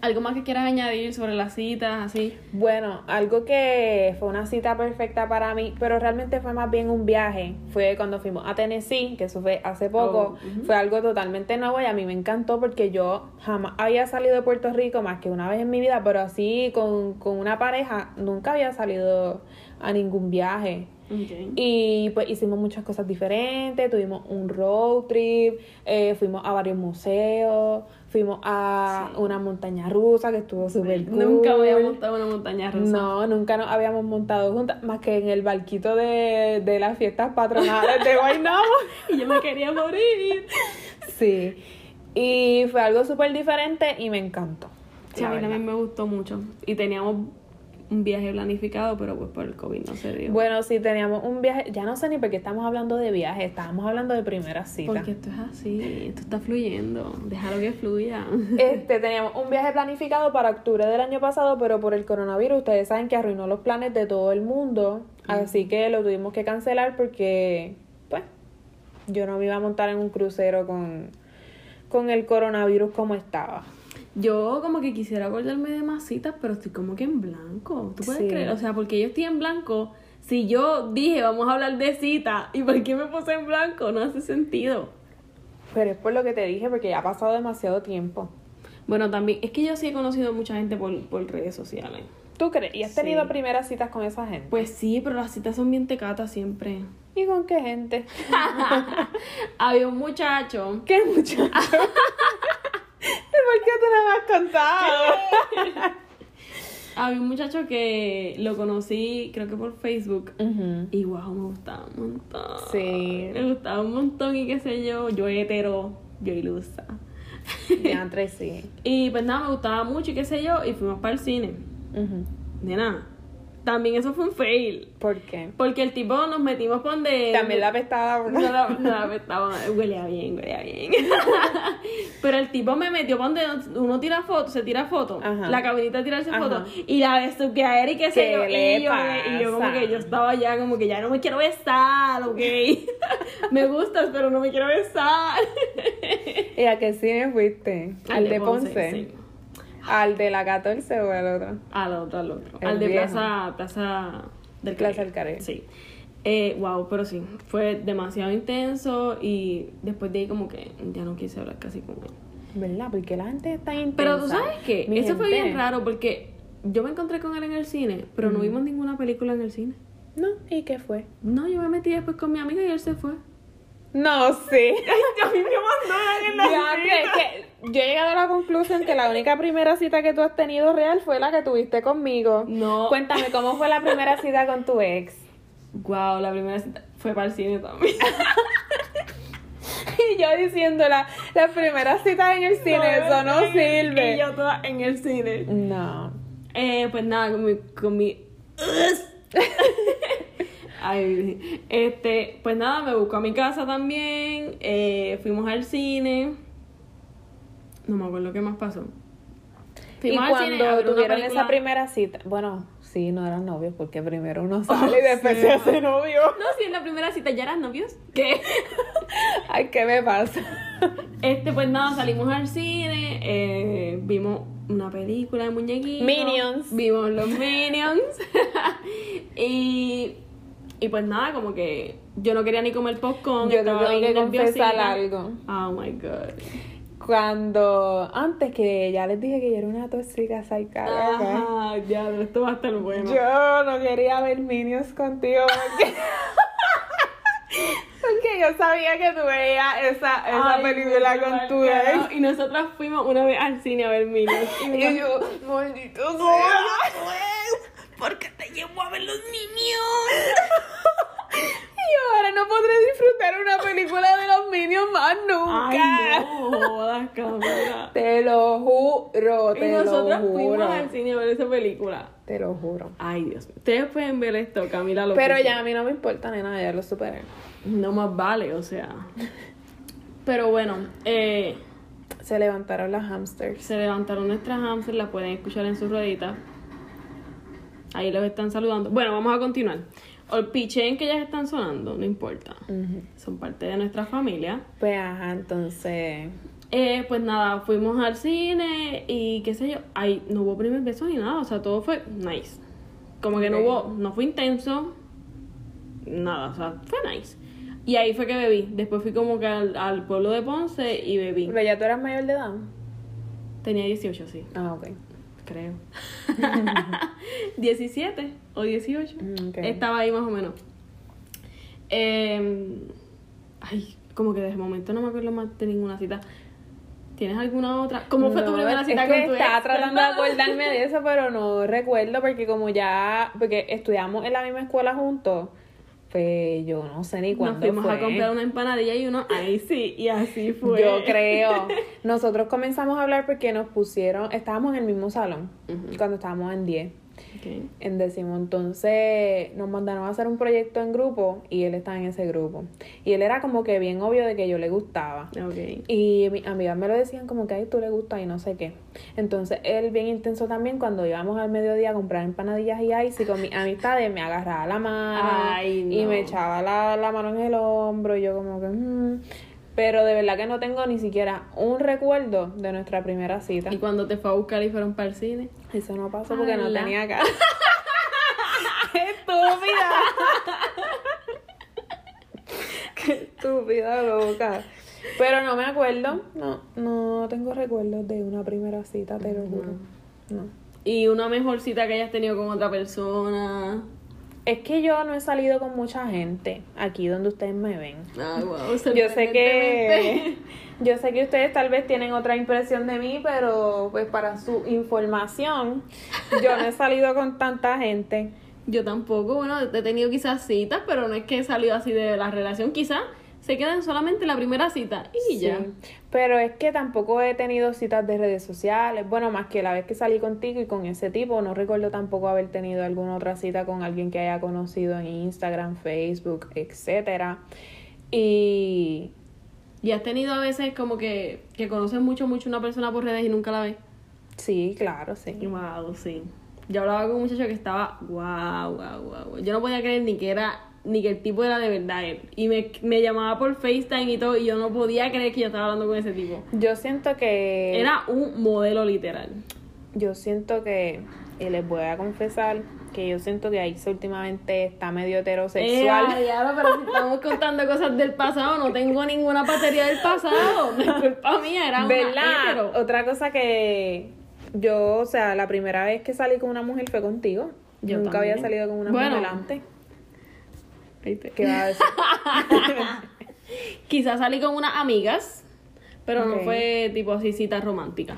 Speaker 3: ¿Algo más que quieras añadir sobre las citas, así?
Speaker 2: Bueno, algo que fue una cita perfecta para mí, pero realmente fue más bien un viaje. Fue cuando fuimos a Tennessee, que eso fue hace poco.
Speaker 3: Oh, ujú.
Speaker 2: Fue algo totalmente nuevo y a mí me encantó porque yo jamás había salido de Puerto Rico más que una vez en mi vida, pero así con, con una pareja nunca había salido a ningún viaje. Y pues hicimos muchas cosas diferentes, tuvimos un road trip, eh, fuimos a varios museos, fuimos a
Speaker 3: Sí.
Speaker 2: una montaña rusa que estuvo súper cool.
Speaker 3: Nunca voy a montar una montaña rusa.
Speaker 2: No, nunca nos habíamos montado juntas, más que en el barquito de, de las fiestas patronales de Guaynabo.
Speaker 3: Y yo me quería morir.
Speaker 2: Sí. Y fue algo súper diferente y me encantó.
Speaker 3: Sí, a
Speaker 2: la
Speaker 3: mí
Speaker 2: verdad.
Speaker 3: también me gustó mucho. Y teníamos un viaje planificado, pero pues por el COVID no se dio.
Speaker 2: Bueno, sí, teníamos un viaje. Ya no sé ni por qué estamos hablando de viajes, estábamos hablando de primera cita.
Speaker 3: Porque esto es así, esto está fluyendo, déjalo que fluya.
Speaker 2: Este, teníamos un viaje planificado para octubre del año pasado, pero por el coronavirus ustedes saben que arruinó los planes de todo el mundo, así que lo tuvimos que cancelar porque, pues, yo no me iba a montar en un crucero con, con el coronavirus como estaba.
Speaker 3: Yo como que quisiera acordarme de más citas, pero estoy como que en blanco. ¿Tú puedes
Speaker 2: Sí.
Speaker 3: creer? O sea, porque yo estoy en blanco. Si yo dije vamos a hablar de cita, ¿y por qué me puse en blanco? No hace sentido.
Speaker 2: Pero es por lo que te dije, porque ya ha pasado demasiado tiempo.
Speaker 3: Bueno, también, es que yo sí he conocido mucha gente por, por redes sociales.
Speaker 2: ¿Tú crees? ¿Y has tenido
Speaker 3: Sí.
Speaker 2: primeras citas con esa gente?
Speaker 3: Pues sí, pero las citas son bien tecatas siempre.
Speaker 2: ¿Y con qué gente?
Speaker 3: Había un muchacho
Speaker 2: ¿Qué muchacho? ¿Por qué tú no me has contado?
Speaker 3: Había un muchacho que lo conocí, creo que por Facebook.
Speaker 2: Ujú.
Speaker 3: Y wow, me gustaba un montón.
Speaker 2: Sí.
Speaker 3: Me gustaba un montón y qué sé yo. Yo hetero, yo ilusa.
Speaker 2: Diantre, sí.
Speaker 3: Y pues nada, me gustaba mucho y qué sé yo. Y fuimos para el cine.
Speaker 2: Ujú.
Speaker 3: Nena, también eso fue un fail.
Speaker 2: ¿Por qué?
Speaker 3: Porque el tipo nos metimos por donde.
Speaker 2: También la apestaba.
Speaker 3: No, la- no, la apestaba. Huelea bien, huelea bien. Pero el tipo me metió para donde uno tira fotos, se tira fotos.
Speaker 2: Ajá.
Speaker 3: La cabinita de tirarse
Speaker 2: Ajá.
Speaker 3: fotos. Y la de suquear y qué sé
Speaker 2: ¿Qué
Speaker 3: yo.
Speaker 2: le
Speaker 3: y, yo eh, y yo como
Speaker 2: pasa?
Speaker 3: que yo estaba ya como que ya no me quiero besar, ok. me gustas, pero no me quiero besar.
Speaker 2: ¿Y a qué cine fuiste? ¿Al de Ponce?
Speaker 3: sí.
Speaker 2: ¿Al de la 14 o al otro?
Speaker 3: Al otro, al otro.
Speaker 2: El
Speaker 3: al de
Speaker 2: viejo.
Speaker 3: Plaza, Plaza del
Speaker 2: Plaza
Speaker 3: Caribe.
Speaker 2: del Caribe.
Speaker 3: Sí. Eh, wow, pero sí, fue demasiado intenso y después de ahí como que ya no quise hablar casi con él.
Speaker 2: ¿Verdad? Porque la gente está intensa.
Speaker 3: Pero tú sabes qué,
Speaker 2: Mi
Speaker 3: eso fue
Speaker 2: gente.
Speaker 3: bien raro porque yo me encontré con él en el cine, pero no vimos ninguna película en el cine.
Speaker 2: No, ¿y qué fue?
Speaker 3: No, yo me metí después con mi amiga y él se fue.
Speaker 2: No, sí.
Speaker 3: A mí me mandó
Speaker 2: Diantre, que yo he llegado a la conclusión que la única primera cita que tú has tenido real fue la que tuviste conmigo.
Speaker 3: No.
Speaker 2: Cuéntame, ¿cómo fue la primera cita con tu ex?
Speaker 3: Wow, la primera cita fue para el cine también.
Speaker 2: Y yo diciéndola, las primeras citas en el cine, eso no
Speaker 3: en el-
Speaker 2: sirve.
Speaker 3: Y yo toda en el cine.
Speaker 2: No.
Speaker 3: Eh, pues nada, con mi. Con mi... Ay, Virgen. este, pues nada, me buscó a mi casa también. eh, fuimos al cine. No me acuerdo qué más pasó.
Speaker 2: Y
Speaker 3: Fuimos al cine a
Speaker 2: cuando
Speaker 3: ver una
Speaker 2: tuvieron
Speaker 3: película.
Speaker 2: esa primera cita, bueno, sí, no eran novios, porque primero uno
Speaker 3: Oh,
Speaker 2: sale y después se hace novio.
Speaker 3: No, si en la primera cita ya eran novios. ¿Qué?
Speaker 2: Ay, ¿qué me pasa?
Speaker 3: Este, pues nada, salimos al cine. eh, vimos una película de muñequitos.
Speaker 2: Minions.
Speaker 3: Vimos los Minions. y, y pues nada, como que yo no quería ni comer popcorn.
Speaker 2: Yo te
Speaker 3: estaba
Speaker 2: tengo
Speaker 3: bien
Speaker 2: que confesar
Speaker 3: nerviosita.
Speaker 2: algo.
Speaker 3: Oh my god.
Speaker 2: Cuando, antes que ya les dije que yo era una tóxica psychóloga,
Speaker 3: Ajá, ya, pero esto va a estar bueno.
Speaker 2: yo no quería ver Minions contigo porque, porque yo sabía que tú veías esa, esa
Speaker 3: Ay,
Speaker 2: película
Speaker 3: me
Speaker 2: con
Speaker 3: llevó
Speaker 2: tu
Speaker 3: al
Speaker 2: ex.
Speaker 3: carajo. Y nosotras fuimos una vez al cine a ver Minions. Y
Speaker 2: Y
Speaker 3: nos-
Speaker 2: yo, maldito sea.
Speaker 1: Porque te llevo a ver los niños.
Speaker 2: Y ahora no podré disfrutar una película de los Minions más
Speaker 3: Ay,
Speaker 2: nunca.
Speaker 3: no, jodas, cámara.
Speaker 2: Te lo juro,
Speaker 3: Y
Speaker 2: te lo
Speaker 3: nosotras
Speaker 2: juro.
Speaker 3: fuimos al cine a ver esa película.
Speaker 2: Te lo juro.
Speaker 3: Ay, Dios. mío. Ustedes pueden ver esto, Camila lo
Speaker 2: Pero
Speaker 3: puso.
Speaker 2: ya a mí no me importa, nena, ya lo superé.
Speaker 3: No más vale, o sea. Pero bueno, eh,
Speaker 2: Se levantaron las hamsters.
Speaker 3: se levantaron nuestras hamsters, las pueden escuchar en sus rueditas. Ahí los están saludando. Bueno, vamos a continuar. Olpichen que ellas están sonando, no importa. Son parte de nuestra familia.
Speaker 2: Pues ajá, entonces.
Speaker 3: Eh, pues nada, fuimos al cine y qué sé yo. Ahí no hubo primer beso ni nada, o sea, todo fue nice. Como que no
Speaker 2: Ok.
Speaker 3: hubo, no fue intenso, nada, o sea, fue nice. Y ahí fue que bebí. Después fui como que al, al pueblo de Ponce y bebí.
Speaker 2: Pero ya tú eras mayor de edad.
Speaker 3: Tenía 18, sí,
Speaker 2: Ah, ok.
Speaker 3: creo. 17 o 18.
Speaker 2: Mm, ok.
Speaker 3: Estaba ahí más o menos. Eh, ay, como que de momento no me acuerdo más de ninguna cita. ¿Tienes alguna otra? ¿Cómo fue tu
Speaker 2: No,
Speaker 3: primera
Speaker 2: es
Speaker 3: cita
Speaker 2: que
Speaker 3: con tu ex?
Speaker 2: Estaba tratando de acordarme de eso, pero no recuerdo porque como ya, porque estudiamos en la misma escuela juntos, pues yo no sé ni
Speaker 3: Nos
Speaker 2: cuándo
Speaker 3: fuimos
Speaker 2: fue.
Speaker 3: a comprar una empanadilla y uno, ahí sí, y así fue.
Speaker 2: Yo creo. Nosotros comenzamos a hablar porque nos pusieron, estábamos en el mismo salón
Speaker 3: Ujú.
Speaker 2: cuando estábamos en 10.
Speaker 3: Ok.
Speaker 2: En décimo, entonces nos mandaron a hacer un proyecto en grupo y él estaba en ese grupo. Y él era como que bien obvio de que yo le gustaba.
Speaker 3: Ok.
Speaker 2: Y mis amigas me lo decían como que ay, tú le gusta y no sé qué. Entonces él bien intenso también cuando íbamos al mediodía a comprar empanadillas y ice y con mis amistades me agarraba la mano
Speaker 3: Ay,
Speaker 2: y
Speaker 3: no.
Speaker 2: me echaba la, la mano en el hombro y yo como que... "Mm". Pero de verdad que no tengo ni siquiera un recuerdo de nuestra primera cita.
Speaker 3: Y cuando te fue a buscar y fueron para el cine.
Speaker 2: Eso no pasó porque no
Speaker 3: Ala.
Speaker 2: tenía cara. ¡Qué estúpida! ¡Qué estúpida loca! Pero no me acuerdo, no, no tengo recuerdos de una primera cita, te lo juro. No.
Speaker 3: Y una mejor cita que hayas tenido con otra persona.
Speaker 2: Es que yo no he salido con mucha gente aquí donde ustedes me ven.
Speaker 3: Ah, wow,
Speaker 2: Yo sé que
Speaker 3: sorprendentemente.
Speaker 2: yo sé que ustedes tal vez tienen otra impresión de mí, pero pues para su información, yo no he salido con tanta gente.
Speaker 3: Yo tampoco, bueno, he tenido quizás citas, pero no es que he salido así de la relación. Quizás se quedan solamente en la primera cita y ya.
Speaker 2: Sí, Pero es que tampoco he tenido citas de redes sociales. Bueno, más que la vez que salí contigo y con ese tipo, no recuerdo tampoco haber tenido alguna otra cita con alguien que haya conocido en Instagram, Facebook, etcétera. Y
Speaker 3: Y has tenido a veces como que, que conoces mucho, mucho una persona por redes y nunca la ves.
Speaker 2: sí, claro, sí.
Speaker 3: Wow, sí. Yo hablaba con un muchacho que estaba wow, wow, wow, wow. Yo no podía creer ni que era, ni que el tipo era de verdad él. Y me, me llamaba por FaceTime y todo, y yo no podía creer que yo estaba hablando con ese tipo.
Speaker 2: Yo siento que
Speaker 3: Era un modelo literal.
Speaker 2: yo siento que y les voy a confesar que yo siento que Aixa últimamente está medio heterosexual.
Speaker 3: Eh, diablo, pero si estamos contando cosas del pasado, no tengo ninguna patería del pasado. No es culpa mía, era una
Speaker 2: ¿Verdad?
Speaker 3: hetero.
Speaker 2: Otra cosa que yo, o sea, la primera vez que salí con una mujer fue contigo.
Speaker 3: Yo
Speaker 2: Nunca
Speaker 3: también.
Speaker 2: había salido con una
Speaker 3: Bueno.
Speaker 2: mujer delante.
Speaker 3: Viste.
Speaker 2: ¿Qué va a decir?
Speaker 3: Quizás salí con unas amigas, pero no
Speaker 2: Ok.
Speaker 3: fue tipo así cita romántica.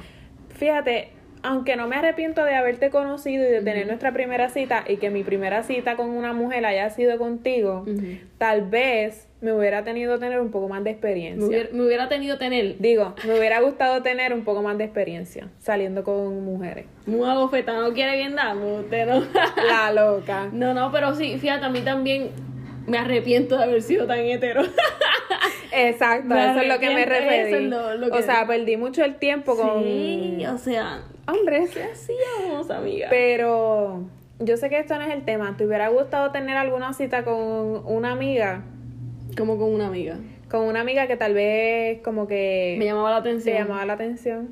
Speaker 2: Fíjate, aunque no me arrepiento de haberte conocido y de tener nuestra primera cita y que mi primera cita con una mujer haya sido contigo, tal vez me hubiera tenido tener un poco más de
Speaker 3: me,
Speaker 2: experiencia.
Speaker 3: hubiera, me hubiera tenido tener
Speaker 2: Digo, me hubiera gustado tener un poco más de experiencia saliendo con mujeres.
Speaker 3: una bofeta, no quiere bien dar, usted no.
Speaker 2: La loca.
Speaker 3: No, no, pero sí, fíjate, a mí también me arrepiento de haber sido tan hetero.
Speaker 2: Exacto,
Speaker 3: Me
Speaker 2: eso es lo que me
Speaker 3: arrepiento, eso
Speaker 2: referí.
Speaker 3: es lo- lo que-
Speaker 2: O sea, perdí mucho el tiempo con
Speaker 3: Sí, o sea,
Speaker 2: hombres.
Speaker 3: ¿qué hacíamos, amiga?
Speaker 2: Pero yo sé que esto no es el tema. ¿Te hubiera gustado tener alguna cita con una amiga?
Speaker 3: Como con una amiga.
Speaker 2: Con una amiga que tal vez como que
Speaker 3: Me llamaba la
Speaker 2: te
Speaker 3: atención.
Speaker 2: llamaba la atención.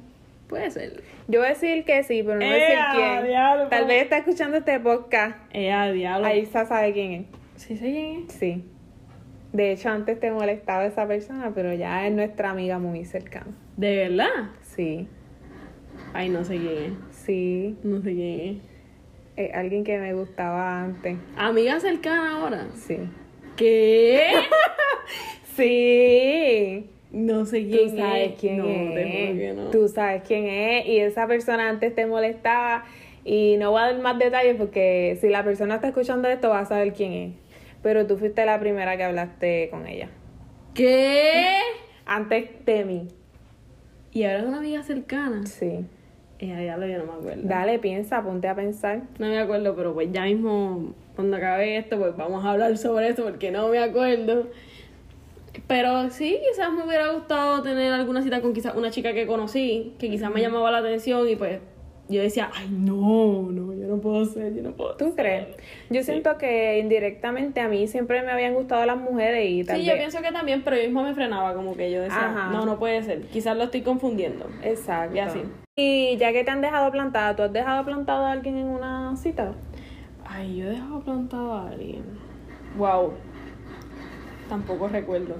Speaker 3: Puede ser.
Speaker 2: Yo voy a decir que sí, pero no voy a
Speaker 3: ¡Ea,
Speaker 2: decir quién.
Speaker 3: diablo!
Speaker 2: Tal vez está escuchando este podcast.
Speaker 3: Eh, al diablo.
Speaker 2: Ahí ya sabe quién
Speaker 3: Sí, sí, sí.
Speaker 2: es. Sí. De hecho, antes te molestaba esa persona, pero ya es nuestra amiga muy cercana.
Speaker 3: ¿De verdad?
Speaker 2: Sí,
Speaker 3: Ay, no sé quién
Speaker 2: sí.
Speaker 3: es. No sé quién es.
Speaker 2: Eh, alguien que me gustaba antes.
Speaker 3: Amiga cercana ahora.
Speaker 2: Sí.
Speaker 3: ¿Qué?
Speaker 2: Sí.
Speaker 3: No sé quién
Speaker 2: Tú sabes
Speaker 3: es.
Speaker 2: quién
Speaker 3: no, te juro que
Speaker 2: es.
Speaker 3: no.
Speaker 2: Tú sabes quién es. Y esa persona antes te molestaba. Y no voy a dar más detalles porque si la persona está escuchando esto va a saber quién es. Pero tú fuiste la primera que hablaste con ella.
Speaker 3: ¿Qué?
Speaker 2: Antes de mí.
Speaker 3: Y ahora es una amiga cercana.
Speaker 2: Sí.
Speaker 3: Eh, al diablo, yo no me acuerdo.
Speaker 2: Dale, piensa, ponte a pensar.
Speaker 3: No me acuerdo, pero pues ya mismo, cuando acabe esto, pues vamos a hablar sobre esto porque no me acuerdo. Pero sí, quizás me hubiera gustado tener alguna cita con quizás una chica que conocí, que quizás me llamaba la atención y pues yo decía, ay no, no, yo no puedo ser, yo no puedo
Speaker 2: ¿Tú
Speaker 3: ser".
Speaker 2: crees? Yo siento que indirectamente a mí siempre me habían gustado las mujeres y tal
Speaker 3: Sí,
Speaker 2: vez-
Speaker 3: yo pienso que también, pero yo misma me frenaba, como que yo decía,
Speaker 2: Ajá.
Speaker 3: no, no puede ser, quizás lo estoy confundiendo.
Speaker 2: Exacto.
Speaker 3: Y así.
Speaker 2: Y ya que te han dejado plantada, ¿tú has dejado plantado a alguien en una cita?
Speaker 3: Ay, yo he dejado plantado a alguien. Wow. Tampoco recuerdo.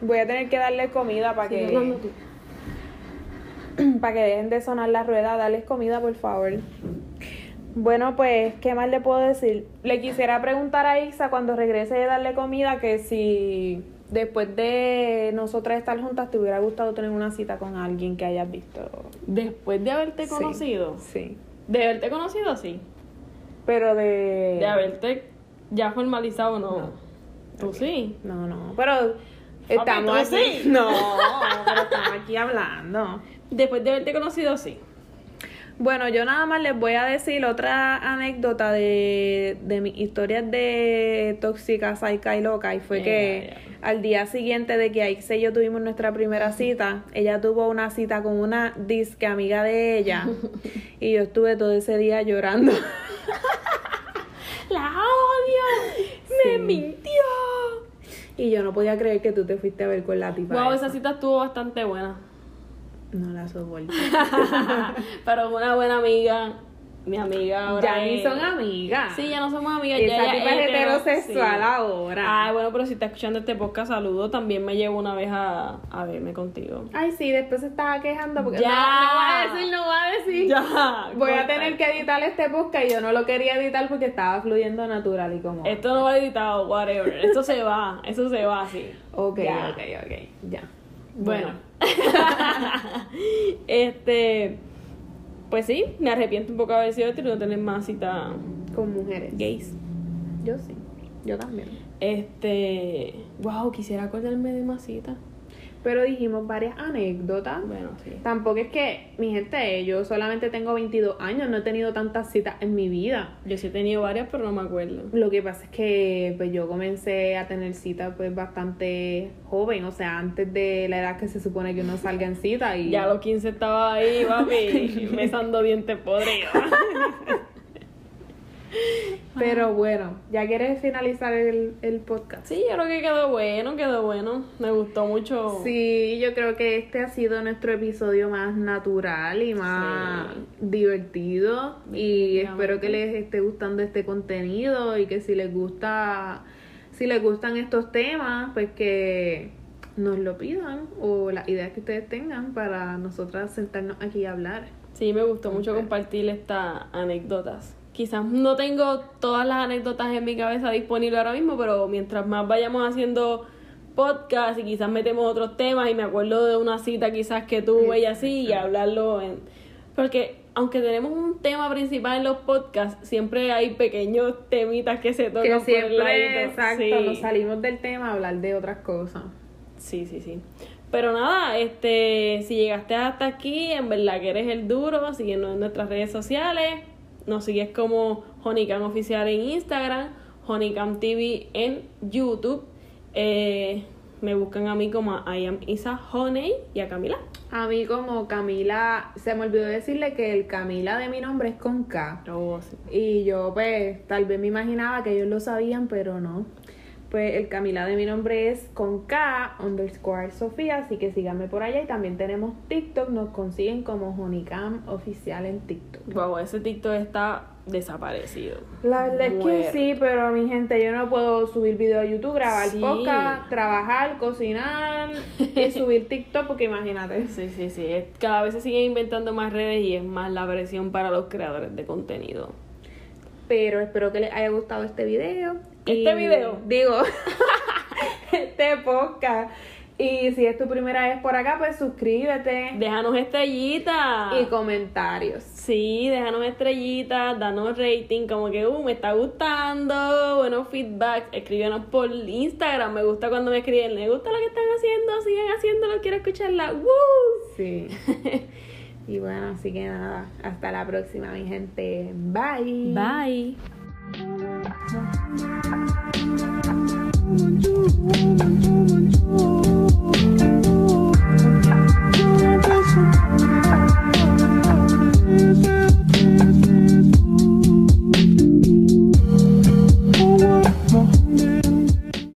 Speaker 2: Voy a tener que darle comida para
Speaker 3: Sigue hablando
Speaker 2: que
Speaker 3: tú.
Speaker 2: para que dejen de sonar la rueda, dales comida, por favor. Bueno, pues, ¿qué más le puedo decir? Le quisiera preguntar a Isa cuando regrese de darle comida que si después de nosotras estar juntas te hubiera gustado tener una cita con alguien que hayas visto.
Speaker 3: Después de haberte
Speaker 2: Sí,
Speaker 3: conocido.
Speaker 2: Sí.
Speaker 3: De haberte conocido, sí.
Speaker 2: Pero de...
Speaker 3: De haberte ya formalizado, no. Tú sí.
Speaker 2: No, no, pero estamos
Speaker 3: tú
Speaker 2: aquí.
Speaker 3: sí.
Speaker 2: No, pero estamos aquí hablando.
Speaker 3: Después de haberte conocido, sí.
Speaker 2: Bueno, yo nada más les voy a decir otra anécdota de, de mis historias de tóxica, psycha y loca. Y fue
Speaker 3: Ya,
Speaker 2: que al día siguiente de que Aixe y yo tuvimos nuestra primera cita, ella tuvo una cita con una disque amiga de ella. y yo estuve todo ese día llorando.
Speaker 3: ¡La odio!
Speaker 2: ¡Me mintió! Y yo no podía creer que tú te fuiste a ver con la tipa.
Speaker 3: Wow,
Speaker 2: esa.
Speaker 3: esa cita estuvo bastante buena.
Speaker 2: No la soporté.
Speaker 3: Pero una buena amiga. mi amiga ahora.
Speaker 2: Ya ni
Speaker 3: es-
Speaker 2: son amigas.
Speaker 3: Sí, ya no somos amigas.
Speaker 2: Y
Speaker 3: ya
Speaker 2: esa
Speaker 3: ella
Speaker 2: tipa es
Speaker 3: hetero-
Speaker 2: heterosexual
Speaker 3: sí.
Speaker 2: ahora.
Speaker 3: Ay, bueno, pero si está escuchando este podcast, saludo. También me llevo una vez a, a verme contigo.
Speaker 2: Ay, sí, después se estaba quejando porque
Speaker 3: Ya.
Speaker 2: no, no va a decir, no va a decir.
Speaker 3: Ya.
Speaker 2: Voy a
Speaker 3: corta.
Speaker 2: tener que editar este podcast y yo no lo quería editar porque estaba fluyendo natural y como.
Speaker 3: Esto no va editado, whatever. Esto se va, eso se va así.
Speaker 2: Ok,
Speaker 3: Ya.
Speaker 2: ok, ok. Ya.
Speaker 3: Bueno. este. Pues sí, me arrepiento un poco de haber sido hetero y no tener más cita
Speaker 2: Con mujeres.
Speaker 3: gays.
Speaker 2: Yo sí. Yo también.
Speaker 3: Este. Wow, quisiera acordarme de más citas.
Speaker 2: Pero dijimos varias anécdotas.
Speaker 3: Bueno, sí.
Speaker 2: Tampoco es que, mi gente, yo solamente tengo 22 años, no he tenido tantas citas en mi vida.
Speaker 3: Yo sí he tenido varias, pero no me acuerdo.
Speaker 2: Lo que pasa es que pues yo comencé a tener citas pues bastante joven, o sea, antes de la edad que se supone que uno salga en cita y
Speaker 3: Ya a los 15 estaba ahí, papi, besando dientes podridos.
Speaker 2: Pero bueno, ya quieres finalizar el, el podcast.
Speaker 3: Sí, yo creo que quedó bueno, quedó bueno. Me gustó mucho.
Speaker 2: Sí, yo creo que este ha sido nuestro episodio más natural y más
Speaker 3: Sí.
Speaker 2: divertido. Y
Speaker 3: Definitivamente.
Speaker 2: espero que les esté gustando este contenido y que si les gusta, si les gustan estos temas, pues que nos lo pidan o las ideas que ustedes tengan para nosotras sentarnos aquí a hablar.
Speaker 3: Sí, me gustó mucho compartir estas anécdotas. Quizás no tengo todas las anécdotas en mi cabeza disponibles ahora mismo, pero mientras más vayamos haciendo podcast y quizás metemos otros temas y me acuerdo de una cita quizás que tuve y así y hablarlo en... Porque aunque tenemos un tema principal en los podcasts, siempre hay pequeños temitas que se
Speaker 2: que
Speaker 3: tocan por el
Speaker 2: siempre,
Speaker 3: ladito.
Speaker 2: exacto,
Speaker 3: Sí.
Speaker 2: nos salimos del tema a hablar de otras cosas.
Speaker 3: Sí, sí, sí. Pero nada, este, si llegaste hasta aquí, en verdad que eres el duro, siguiendo en nuestras redes sociales, nos sigues como Honeycam Oficial en Instagram, Honeycam TV en YouTube, eh, me buscan a mí como I am Isa Honey y a Camila.
Speaker 2: A mí como Camila, se me olvidó decirle que el Camila de mi nombre es con K. Y yo pues tal vez me imaginaba que ellos lo sabían, pero no. Pues el Camila de mi nombre es con K underscore Sofía, así que síganme por allá. Y también tenemos TikTok, nos consiguen como Honeycam oficial en TikTok.
Speaker 3: Wow, ese TikTok está desaparecido.
Speaker 2: La verdad es que
Speaker 3: Muerto.
Speaker 2: sí, pero mi gente, yo no puedo subir video a YouTube, grabar
Speaker 3: Sí.
Speaker 2: podcast, trabajar, cocinar y subir TikTok, porque imagínate.
Speaker 3: Sí, sí, sí. es- Cada vez se siguen inventando más redes y es más la presión para los creadores de contenido.
Speaker 2: Pero espero que les haya gustado este video.
Speaker 3: Este
Speaker 2: Y-
Speaker 3: video.
Speaker 2: Digo, este podcast. Y si es tu primera vez por acá, pues suscríbete
Speaker 3: Déjanos estrellitas.
Speaker 2: y comentarios.
Speaker 3: Sí, déjanos estrellitas, danos rating, como que, uh, me está gustando, buenos feedbacks, escríbenos por Instagram, me gusta cuando me escriben, me gusta lo que están haciendo, sigan haciéndolo, quiero escucharla, ¡Woo!
Speaker 2: Sí. y bueno, así que nada. Hasta la próxima, mi gente. Bye.
Speaker 3: Bye.
Speaker 4: One, two, one, two.